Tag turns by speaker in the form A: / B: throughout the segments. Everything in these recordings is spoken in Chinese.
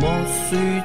A: 莫说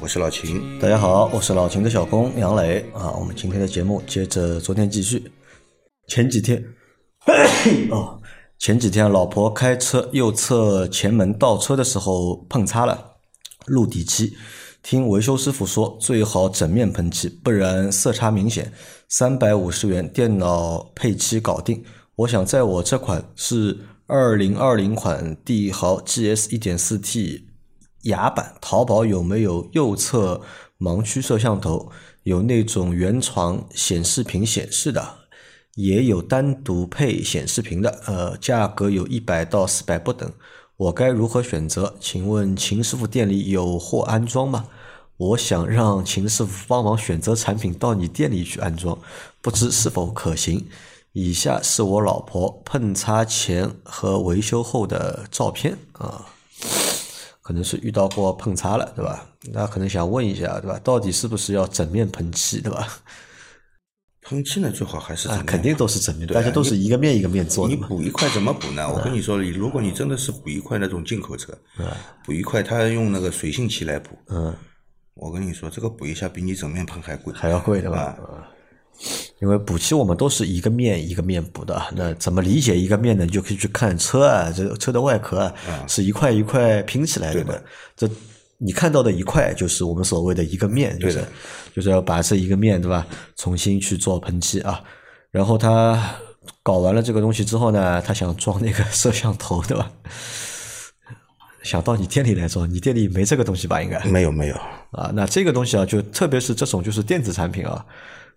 B: 我是老秦。
C: 大家好，我是老秦的小工杨磊啊。我们今天的节目接着昨天继续。前几天， 哦，前几天老婆开车右侧前门倒车的时候碰擦了路底漆，听维修师傅说最好整面喷漆，不然色差明显。三百五十元电脑配漆搞定。我想在我这款是二零二零款帝豪 GS 一点四 T 雅版，淘宝有没有右侧盲区摄像头？有那种原厂显示屏显示的，也有单独配显示屏的，呃，价格有一百到四百不等。我该如何选择？请问秦师傅店里有货安装吗？我想让秦师傅帮忙选择产品到你店里去安装，不知是否可行？以下是我老婆碰擦前和维修后的照片啊。可能是遇到过碰擦了，对吧？那可能想问一下，对吧？到底是不是要整面喷漆，对吧？
B: 喷漆呢，最好还是怎
C: 啊
B: 么，
C: 肯定都是整面，
B: 啊
C: 大家都是一个面一个面做
B: 你
C: 的嘛。
B: 补一块怎么补呢？我跟你说，如果你真的是补一块那种进口车，补一块他用那个水性漆来补，
C: 嗯，
B: 我跟你说，这个补一下比你整面喷还贵，啊
C: 还要贵对吧？嗯因为补漆我们都是一个面一个面补的，那怎么理解一个面呢？你就可以去看车啊，这个车的外壳啊，是一块一块拼起来的嘛。这你看到的一块就是我们所谓的一个面，就是
B: 对的
C: 就是要把这一个面对吧，重新去做喷漆啊。然后他搞完了这个东西之后呢，他想装那个摄像头对吧？想到你店里来装，你店里没这个东西吧？应该
B: 没有没有，
C: 啊，那这个东西啊，就特别是这种就是电子产品啊，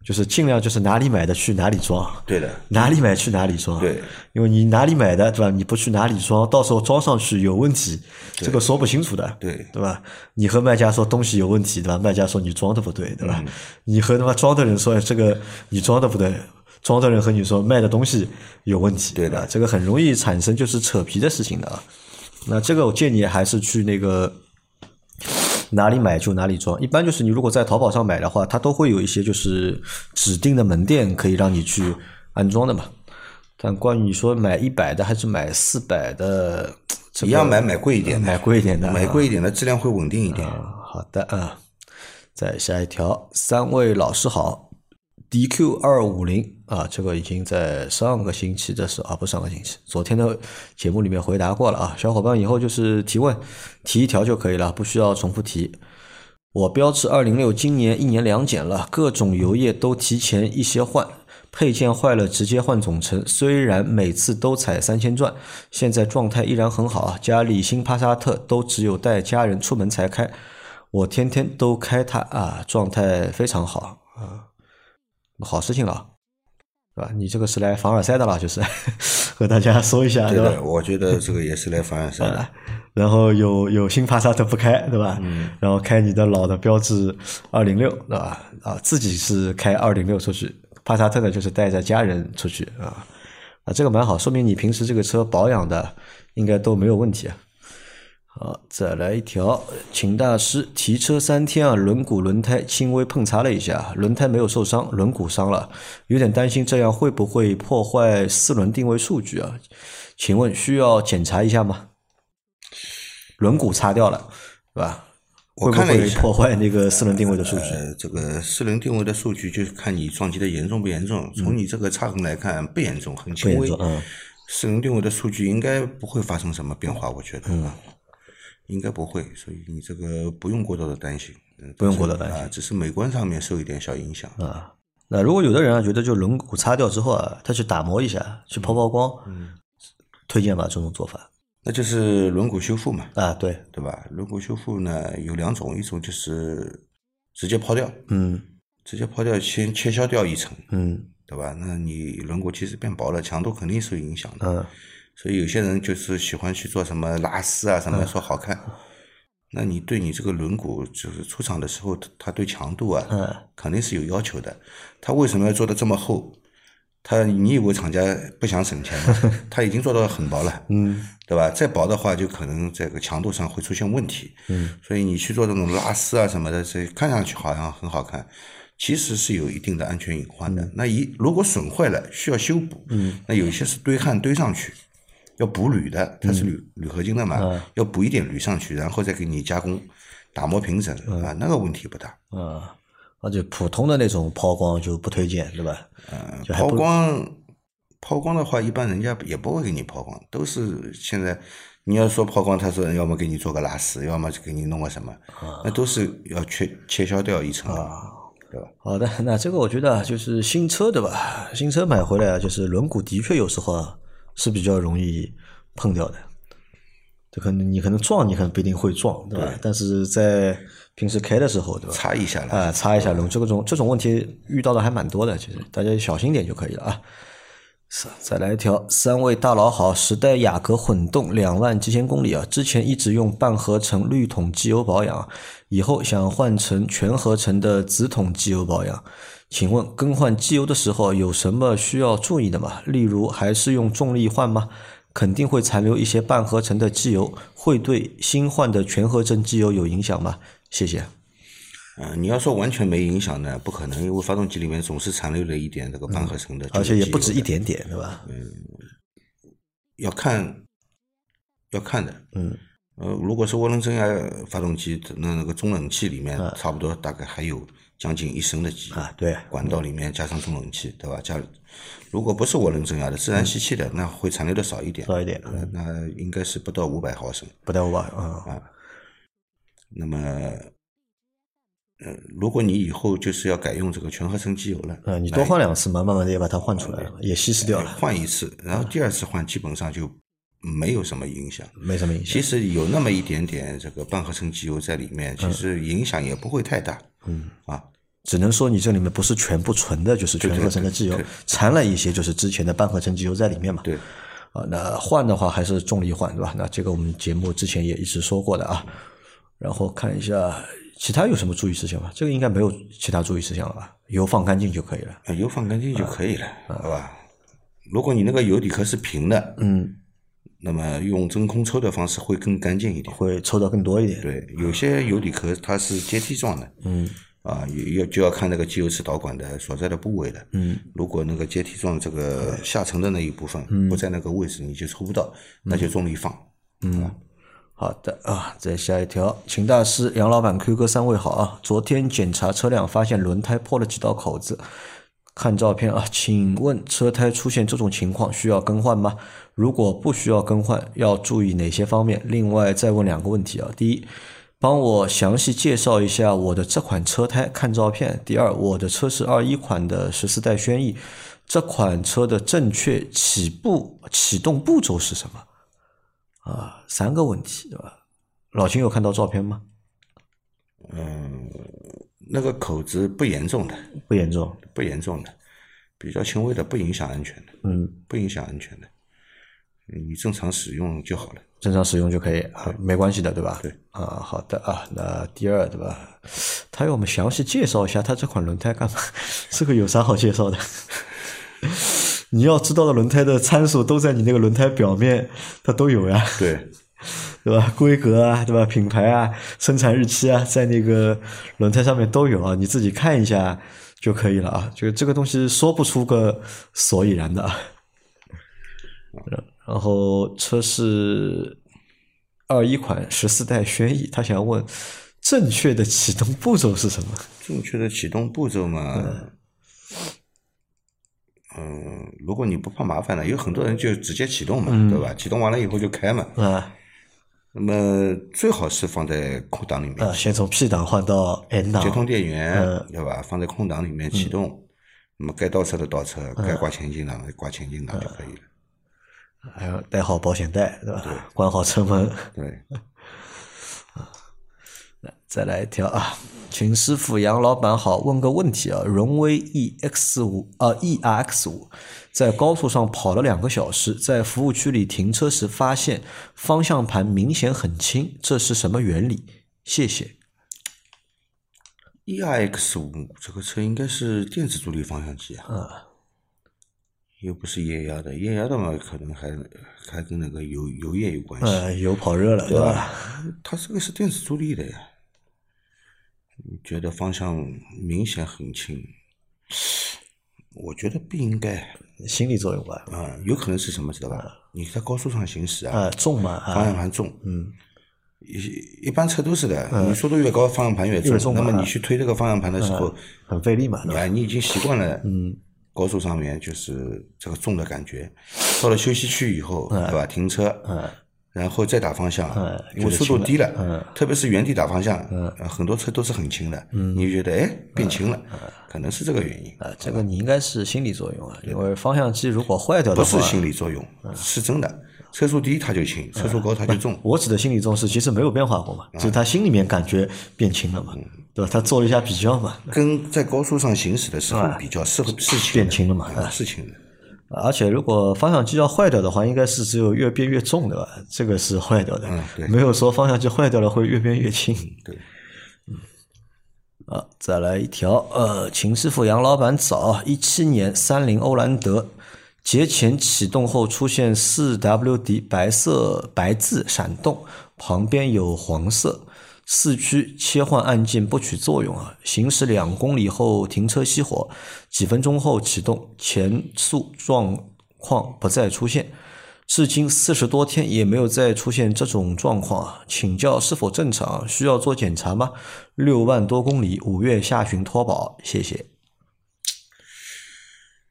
C: 就是尽量就是哪里买的去哪里装，
B: 对的，
C: 哪里买去哪里装，
B: 对，
C: 因为你哪里买的对吧？你不去哪里装，到时候装上去有问题，这个说不清楚的，
B: 对
C: 对吧？你和卖家说东西有问题对吧？卖家说你装的不对对
B: 嗯
C: 吧？你和他妈装的人说这个你装的不对。装的人和你说卖的东西有问题，啊
B: 对的
C: 吧这个很容易产生就是扯皮的事情的啊。那这个我建议还是去那个哪里买就哪里装。一般就是你如果在淘宝上买的话，它都会有一些就是指定的门店可以让你去安装的嘛。但关于你说买一百的还是买四百的，这个
B: 一样买买贵一点的，
C: 买贵一点的啊，
B: 买贵一点的质量会稳定一点。
C: 好的啊，再下一条，三位老师好，DQ 二五零啊，这个已经在上个星期的时候啊，不是上个星期，昨天的节目里面回答过了啊，小伙伴以后就是提问，提一条就可以了，不需要重复提。我标致二零六今年一年两检了，各种油液都提前一些换，配件坏了直接换总成。虽然每次都踩三千转，现在状态依然很好啊。家里新帕萨特都只有带家人出门才开，我天天都开它啊，状态非常好啊，好事情了，对吧？你这个是来凡尔赛的了，就是 和大家说一下，
B: 对
C: 吧？啊
B: 的，我觉得这个也是来凡尔赛 的。
C: 然后有有新帕萨特不开，对吧？然后开你的老的标致二零六，对吧？啊，自己是开二零六出去，帕萨特呢就是带着家人出去啊，啊，这个蛮好，说明你平时这个车保养的应该都没有问题啊。好，再来一条，秦大师提车三天啊，轮毂轮胎轻微碰擦了一下，轮胎没有受伤，轮毂伤了，有点担心这样会不会破坏四轮定位数据啊？请问需要检查一下吗？轮毂擦掉了，对吧？
B: 我
C: 会不
B: 看了一
C: 会
B: 下
C: 破坏那个四轮定位的数据？
B: 呃，这个四轮定位的数据就是看你撞击的严重不严重。从你这个擦痕来看，不严重，很轻
C: 嗯不
B: 微
C: 严重嗯。
B: 四轮定位的数据应该不会发生什么变化，我觉得。
C: 嗯
B: 应该不会，所以你这个不用过多的担心。嗯
C: 不用过多担嗯
B: 啊，只是美观上面受一点小影响。
C: 那如果有的人啊觉得就轮毂擦掉之后啊，他去打磨一下，去抛抛光，推荐吧这种做法
B: 那就是轮毂修复嘛，
C: 啊，对，
B: 对吧？轮毂修复呢有两种，一种就是直接抛掉，
C: 嗯
B: 直接抛掉，先切削掉一层，
C: 嗯
B: 对吧？那你轮毂其实变薄了，强度肯定受影响的。
C: 嗯，
B: 所以有些人就是喜欢去做什么拉丝啊，什么说好看，那你对你这个轮毂就是出厂的时候，它它对强度啊，
C: 嗯
B: 肯定是有要求的。它为什么要做的这么厚？它你以为厂家不想省钱 吗？它已经做到很薄了，嗯，对吧？再薄的话，就可能这个强度上会出现问题，嗯。所以你去做这种拉丝啊什么的，这看上去好像很好看，其实是有一定的安全隐患的。那一如果损坏了需要修补，嗯，那有一些是堆焊堆上去，要补铝的，它是铝铝合金的嘛，要补一点铝上去，然后再给你加工、打磨平整、啊，那个问题不大。
C: 啊，而且普通的那种抛光就不推荐，对吧？
B: 呃
C: 就还
B: 抛
C: 不
B: 光，抛光的话，一般人家也不会给你抛光，都是现在你要说抛光，他说要么给你做个拉丝，要么就给你弄个什么，
C: 啊
B: 那都是要切切削掉一层的。
C: 好的，那这个我觉得啊，就是新车对吧？新车买回来啊，就是轮毂的确有时候啊是比较容易碰掉的，这可能你可能撞，你可能不一定会撞，对吧？但是在平时开的时候，对吧？
B: 擦一下了，
C: 啊，擦一下轮，这个种这种问题遇到的还蛮多的，其实大家小心点就可以了啊。是，再来一条，三位大佬好，时代雅阁混动两万七千公里啊，之前一直用半合成绿桶机油保养，啊以后想换成全合成的紫桶机油保养，请问更换机油的时候啊有什么需要注意的吗？例如还是用重力换吗？肯定会残留一些半合成的机油，会对新换的全合成机油有影响吗？谢谢。
B: 嗯、你要说完全没影响呢，不可能，因为发动机里面总是残留了一点这个半合成的，
C: 嗯而且也不止一
B: 点，
C: 点点，对吧？
B: 要看，要看的，
C: 嗯，
B: 呃，如果是涡轮增压发动机，那那个中冷器里面差不多大概还有将近一升的机油
C: 啊，对，
B: 管道里面加上中冷气，对吧？加如果不是涡轮增压的，自然吸气的，那会残留的少一点，
C: 少一点
B: 呃那应该是不到五百毫升。
C: 不带我吧，啊、
B: 那么，呃，如果你以后就是要改用这个全合成机油了，
C: 呃，你多换两次嘛，慢慢的也把它换出来了，也稀释掉了，
B: 换一次，然后第二次换基本上就没有什么影响。
C: 没什么影响
B: 其。实有那么一点点这个半合成机油在里面，其实影响也不会太大。嗯啊，
C: 只能说你这里面不是全部纯的，就是全合成的机油
B: 对对，
C: 掺了一些就是之前的半合成机油在里面嘛。
B: 对，
C: 啊，那换的话还是重力换，对吧？那这个我们节目之前也一直说过的啊。然后看一下其他有什么注意事项吧，这个应该没有其他注意事项了吧？油放干净就可以了。
B: 呃油放干净就可以了，好吧？如果你那个油底壳是平的，
C: 嗯，
B: 那么用真空抽的方式会更干净一点。
C: 会抽到更多一点。
B: 对，有些油底壳它是阶梯状的，嗯，啊，也要就要看那个机油次导管的所在的部位了，嗯，如果那个阶梯状这个下层的那一部分、不在那个位置，你就抽不到，那就重力放，嗯
C: 好的啊，再下一条，秦大师、杨老板、Q 哥三位好啊！昨天检查车辆，发现轮胎破了几道口子，看照片啊，请问车胎出现这种情况需要更换吗？如果不需要更换，要注意哪些方面？另外再问两个问题啊，第一。帮我详细介绍一下我的这款车胎，看照片。第二，我的车是二一款的十四代轩逸，这款车的正确起步启动步骤是什么？啊，三个问题，对吧？老秦有看到照片吗？
B: 嗯，那个口子不严重的，
C: 不严重。
B: 不严重的，比较轻微的，不影响安全的，
C: 嗯，
B: 不影响安全的，你正常使用就好了。
C: 正常使用就可以啊，没关系的，对吧？
B: 对
C: 啊，好的啊，那第二，对吧？他要我们详细介绍一下他这款轮胎干嘛？ 这个有啥好介绍的？ 你要知道的轮胎的参数都在你那个轮胎表面，它都有呀，
B: 对，
C: 对吧？规格啊，对吧？品牌啊，生产日期啊，在那个轮胎上面都有啊，你自己看一下就可以了啊。就这个东西说不出个所以然的啊。然后车是二一款十四代轩逸，他想要问正确的启动步骤是什么？
B: 正确的启动步骤嘛，嗯，如果你不怕麻烦呢，有很多人就直接启动嘛，对吧？启动完了以后就开嘛。
C: 啊
B: 那么最好是放在空档里面，
C: 啊，先从 P 档换到 N 档
B: 接，通电源，对吧？放在空档里面启动。那么该倒车的倒车，该挂前进档的挂前进档就可以了。
C: 还要带好保险带，对吧？关好车门。
B: 对，
C: 再来一条 啊，秦师傅、杨老板好，问个问题啊，荣威 EX 五啊 ERX 五在高速上跑了两个小时，在服务区里停车时发现方向盘明显很轻，这是什么原理？谢谢。
B: E R X 五这个车应该是电子助力方向机啊，又不是液压的，液压的嘛，可能还还跟那个油油液有关系。
C: 呃，油跑热了，对吧？
B: 它这个是电子助力的呀，你觉得方向明显很轻，我觉得不应该
C: 心理作用吧。
B: 啊、有可能是什么知道吧？你在高速上行驶啊，
C: 啊，重嘛
B: 方
C: 啊，
B: 向盘重，嗯，一一般车都是的，你速度越高，方向盘越
C: 嗯越
B: 重，
C: 重啊嗯
B: 那
C: 嘛
B: 么你去推这个方向盘的时候，
C: 很费力嘛，对吧？
B: 哎，你已经习惯了，嗯，高速上面就是这个重的感觉。到了休息区以后，对吧？停车，嗯，然后再打方向，因为
C: 嗯觉得
B: 速度
C: 轻了
B: 低了，嗯，特别是原地打方向，嗯，很多车都是很轻的，嗯，你就觉得哎变轻了，
C: 嗯
B: 可能是这个原因，
C: 啊，这个你应该是心理作用啊，因为方向机如果坏掉
B: 不
C: 的
B: 是
C: 话，嗯
B: 心理作用，是真的。车速低它就轻，车速高它就重。
C: 我指的心理重视其实没有变化过嘛，就是他心里面感觉变轻了嘛，对吧？他做了一下比较嘛，
B: 跟在高速上行驶的时候比较是会是轻的
C: 嗯变轻了嘛嗯
B: 啊是轻的。
C: 而且如果方向机要坏掉的话，应该是只有越变越重的吧？这个是坏掉的，
B: 嗯对
C: 没有说方向机坏掉了会越变越轻。
B: 对，
C: 啊，再来一条，呃，秦师傅杨老板早，一七年三菱欧蓝德节前启动后出现四 WD 白色白字闪动，旁边有黄色。四驱切换按键不起作用啊！行驶两公里后停车熄火，几分钟后启动，前速状况不再出现。至今四十多天也没有再出现这种状况啊，请教是否正常？需要做检查吗？六万多公里，五月下旬脱保，谢谢。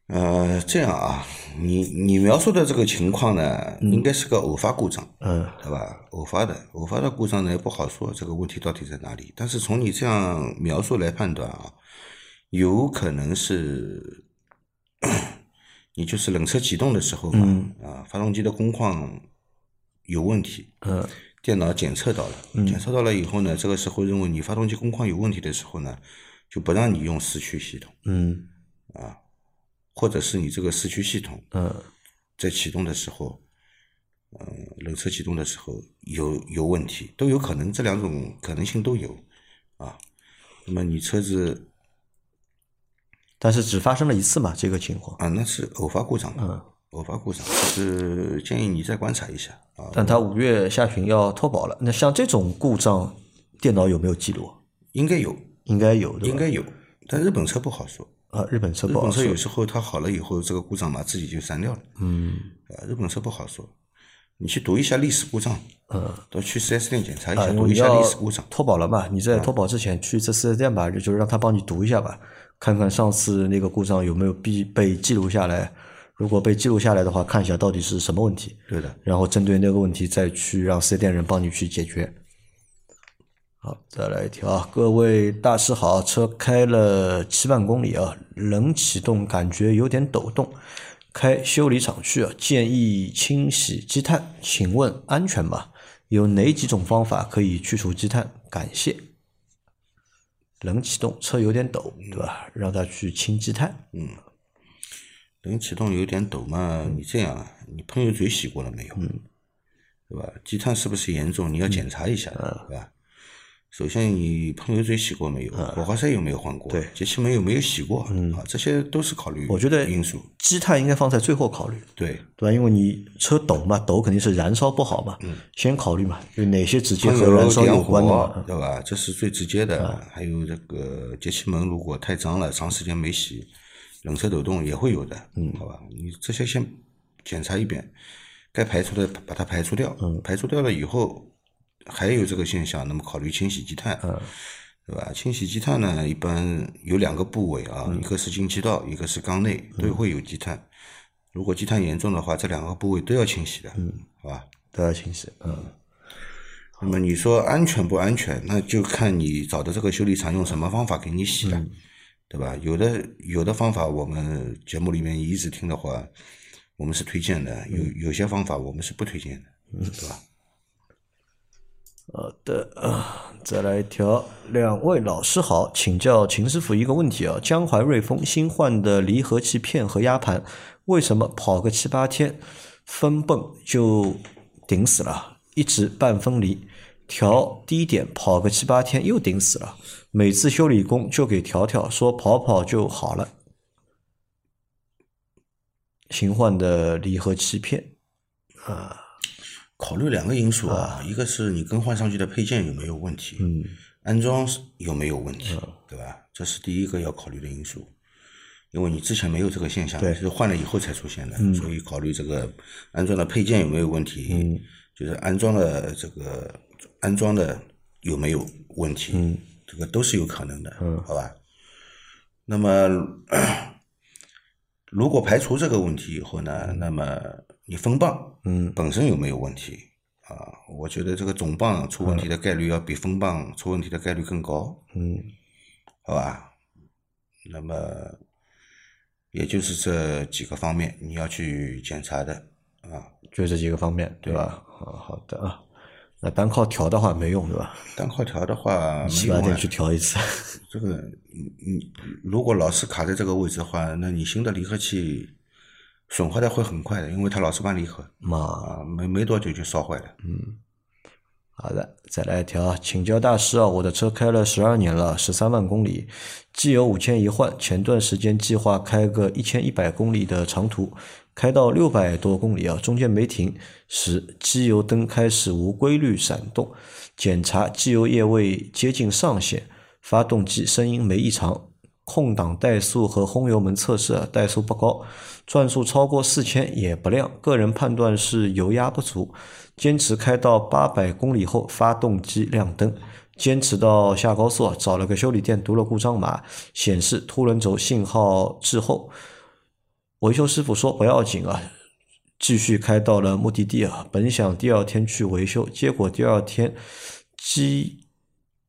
B: 呃，这样啊，你你描述的这个情况呢，应该是个偶发故障，
C: 嗯，
B: 对吧？偶发的，偶发的故障呢也不好说这个问题到底在哪里。但是从你这样描述来判断啊，有可能是 你就是冷车启动的时候嘛，啊，发动机的工况有问题，
C: 嗯
B: 电脑检测到了，检测到了以后呢，这个时候认为你发动机工况有问题的时候呢，就不让你用四驱系统。
C: 嗯
B: 或者是你这个四驱系统
C: 嗯
B: 在启动的时候，呃，冷车启动的时候有有问题，都有可能，这两种可能性都有啊。那么你车子
C: 但是只发生了一次嘛，这个情况。
B: 啊，那是偶发故障嘛，
C: 嗯
B: 偶发故障，就是建议你再观察一下啊。
C: 但他五月下旬要脱保了，那像这种故障，电脑有没有记录啊？
B: 应该有，
C: 应该有，对吧
B: 应该有，但日本车不好说，
C: 啊，日本车
B: 日
C: 不好
B: 本车
C: 说
B: 有时候它好了以后，这个故障嘛自己就删掉了。
C: 嗯
B: 呃，日本车不好说，你去读一下历史故障，
C: 嗯
B: 都去 4S 店检查一
C: 啊，
B: 下，
C: 因
B: 读
C: 为
B: 一
C: 你
B: 下
C: 要
B: 历史故障。
C: 脱保了嘛，你在脱保之前去这四 S 店吧，就就是让他帮你读一下吧，看看上次那个故障有没有必被记录下来。如果被记录下来的话，看一下到底是什么问题，
B: 对的，
C: 然后针对那个问题再去让四 S 店人帮你去解决。好，再来一条啊！各位大师好，车开了七万公里啊，冷启动感觉有点抖动，开修理厂去啊，建议清洗积碳，请问安全吗？有哪几种方法可以去除积碳？感谢。冷启动车有点抖，对吧？让它去清积碳。
B: 冷启动有点抖嘛，你这样，啊，你喷油嘴洗过了没有？
C: 嗯
B: 对吧？积碳是不是严重？你要检查一
C: 嗯
B: 下，对吧？首先，你喷油嘴洗过没有？火花塞有没有换过？
C: 嗯对嗯
B: 节气门有没有洗过？啊，这些都是考虑
C: 我觉得
B: 因素。
C: 积碳应该放在最后考虑，
B: 对，
C: 对吧？因为你车抖嘛，抖肯定是燃烧不好嘛，先考虑嘛，就哪些直接
B: 喷
C: 和
B: 油
C: 燃烧
B: 嗯
C: 有
B: 点
C: 关的嘛。嗯
B: 火，对吧？这是最直接的。还有这个节气门如果太脏了，长时间没洗，冷车抖动也会有的，嗯，好吧？你这些先检查一遍，该排除的把它排除掉，嗯，排除掉了以后，还有这个现象，那么考虑清洗积碳，嗯，对吧？清洗积碳呢，一般有两个部位
C: 嗯
B: 啊，一个是进气道，一个是缸内，都会有积碳。如果积碳严重的话，这两个部位都要清洗的，嗯，好吧？
C: 都要清洗。嗯，
B: 那么你说安全不安全，那就看你找的这个修理厂用什么方法给你洗了，对吧？有的有的方法我们节目里面一直听的话，我们是推荐的；有有些方法我们是不推荐的，对吧？
C: 好的啊，再来一条。两位老师好，请教秦师傅一个问题啊，江淮瑞风新换的离合器片和压盘，为什么跑个七八天分泵就顶死了，一直半分离？调低点跑个七八天又顶死了，每次修理工就给调调说跑跑就好了。秦桧的离合欺骗，
B: 考虑两个因素啊，一个是你更换上去的配件有没有问题，
C: 嗯，
B: 安装是有没有问题，对吧？这是第一个要考虑的因素，因为你之前没有这个现象，
C: 对嗯
B: 是换了以后才出现的，所以考虑这个安装的配件有没有问题，
C: 嗯
B: 就是安装的这个安装的有没有问题，
C: 嗯
B: 这个都是有可能的，好吧？那么如果排除这个问题以后呢，
C: 嗯
B: 那么你分泵，嗯，本身有没有问题啊？我觉得这个总泵出问题的概率要比分泵出问题的概率更高，
C: 嗯，
B: 好吧？那么也就是这几个方面你要去检查的啊，
C: 就这几个方面，对吧？啊，好的啊。那单靠调的话没用，对吧？
B: 单靠调的话，
C: 七
B: 没
C: 八
B: 用
C: 天
B: 啊
C: 去调一次，
B: 这个你你如果老是卡在这个位置的话，那你新的离合器损坏的会很快的，因为它老是搬离合
C: 嘛，
B: 啊，没没多久就烧坏了。
C: 好的，再来一条，请教大师啊，我的车开了十二年了，十三万公里，机油五千一换，前段时间计划开个一千一百公里的长途，开到六百多公里啊，中间没停时，机油灯开始无规律闪动，检查机油液位接近上限，发动机声音没异常。空档怠速和轰油门测试啊，怠速不高，转速超过四千也不亮，个人判断是油压不足。坚持开到八百公里后，发动机亮灯。坚持到下高速啊，找了个修理店读了故障码，显示凸轮轴信号滞后。维修师傅说不要紧啊，继续开到了目的地啊。本想第二天去维修，结果第二天机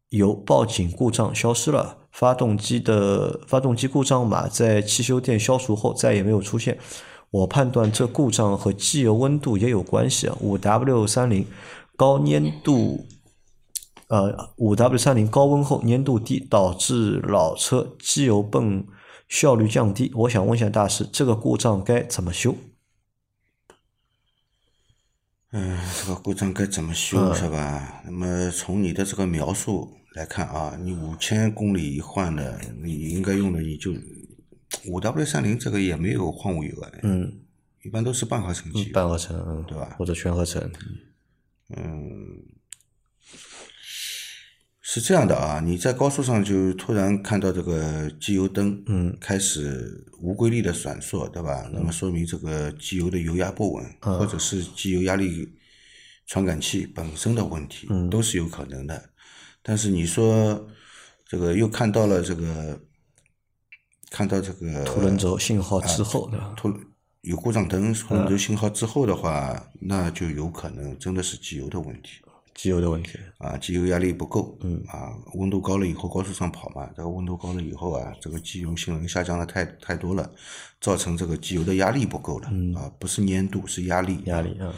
C: 油报警故障消失了，发动机的发动机故障码在汽修店消除后再也没有出现。我判断这故障和机油温度也有关系啊。五 W 三零高粘度，呃，五 W 三零高温后粘度低，导致老车机油泵效率降低。我想问一下大师，这个故障该怎么修？
B: 嗯，这个故障该怎么修
C: 嗯
B: 是吧？那么从你的这个描述来看啊，你五千公里一换的，你应该用的你就五 W 三零这个也没有换物油啊，
C: 嗯，
B: 一般都是半合成机油。
C: 半合成，嗯，
B: 对吧
C: 或者全合成，
B: 是这样的啊，你在高速上就突然看到这个机油灯，嗯，开始无规律的闪烁，对吧？那么说明这个机油的油压不稳，或者是机油压力传感器本身的问题，都是有可能的。但是你说这个又看到了这个，看到这个
C: 凸轮轴信号滞后，对吧？
B: 突有故障灯突然就信号之后的话，那就有可能真的是机油的问题。
C: 机油的问题，
B: 啊，机油压力不够，嗯，啊，温度高了以后，高速上跑嘛，这个温度高了以后啊，这个机油性能下降的太太多了，造成这个机油的压力不够了，啊，不是粘度，是压力，
C: 嗯压力，嗯，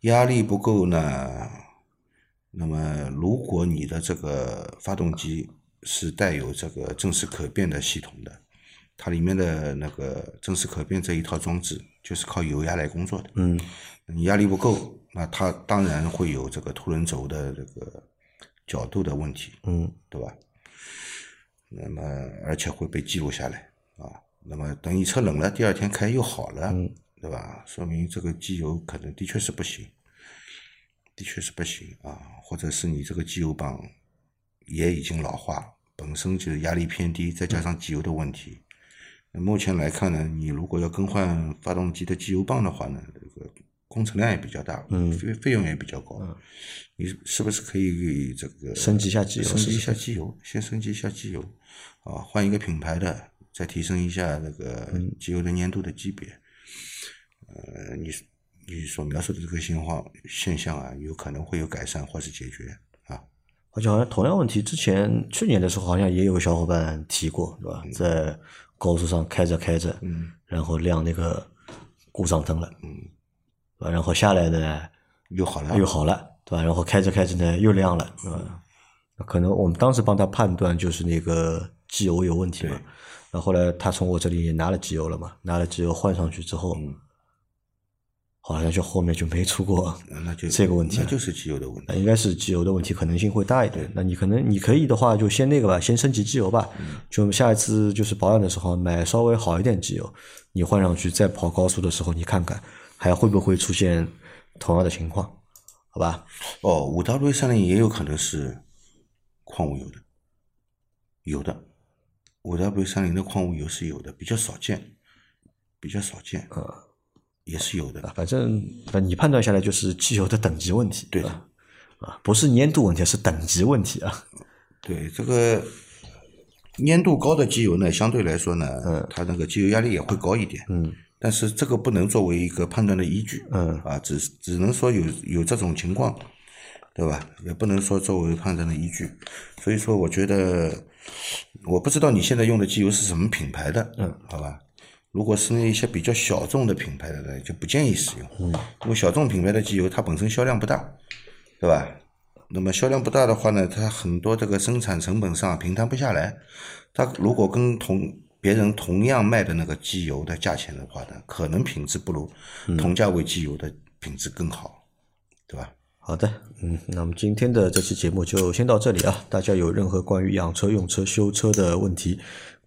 B: 压力不够呢，那么如果你的这个发动机是带有这个正时可变的系统的，它里面的那个正时可变这一套装置就是靠油压来工作的。嗯，你压力不够，那它当然会有这个凸轮轴的这个角度的问题。
C: 嗯，
B: 对吧？那么而且会被记录下来啊。那么等你车冷了，第二天开又好了，对吧？说明这个机油可能的确是不行，的确是不行啊，或者是你这个机油泵也已经老化，本身就是压力偏低，再加上机油的问题。那目前来看呢，你如果要更换发动机的机油泵的话呢，这个工程量也比较大，费费用也比较高，你是是不是可以这个
C: 升级一下机油
B: 升级一
C: 是
B: 下机油，先升级一下机油，啊，换一个品牌的，再提升一下那个
C: 嗯
B: 机油的粘度的级别。呃，你你所描述的这个现况现象啊，有可能会有改善或是解决啊。
C: 而且好像同样问题，之前去年的时候好像也有小伙伴提过，对吧？在高速上开着开着，
B: 嗯，
C: 然后亮那个故障灯了，嗯，然后下来呢
B: 又好了，
C: 又好了，对吧？然后开着开着呢又亮了，
B: 嗯
C: 对吧？那可能我们当时帮他判断就是那个机油有问题嘛
B: 对，嗯
C: 然后后来他从我这里也拿了机油了嘛，拿了机油换上去之后，好像就后面就没出过
B: 那就
C: 这个问题
B: 那
C: 了哎
B: 就是机油的问
C: 那
B: 题。
C: 应该是机油的问题，可能性会大一点。那你可能你可以的话，就先那个吧，先升级机油吧。就下一次就是保养的时候买稍微好一点机油，你换上去再跑高速的时候，你看看还会不会出现同样的情况，好吧？
B: 哦，五 W 三零也有可能是矿物油的，有的，五 W 三零的矿物油是有的，比较少见，比较少见，
C: 呃
B: 也是有的。
C: 啊反正反正你判断下来就是机油的等级问题，
B: 对的
C: 啊，啊不是粘度问题，是等级问题啊。
B: 对这个粘度高的机油呢，相对来说呢，它那个机油压力也会高一点。嗯。但是这个不能作为一个判断的依据。嗯。啊，只只能说有有这种情况，对吧？也不能说作为判断的依据。所以说，我觉得我不知道你现在用的机油是什么品牌的。嗯。好吧。如果是那一些比较小众的品牌的呢，就不建议使用。嗯。因为小众品牌的机油，它本身销量不大。对吧？那么销量不大的话呢，它很多这个生产成本上平摊不下来。它如果跟同别人同样卖的那个机油的价钱的话呢，可能品质不如同价位机油的品质更好，对吧？
C: 好的，嗯，那我们今天的这期节目就先到这里啊。大家有任何关于养车、用车、修车的问题，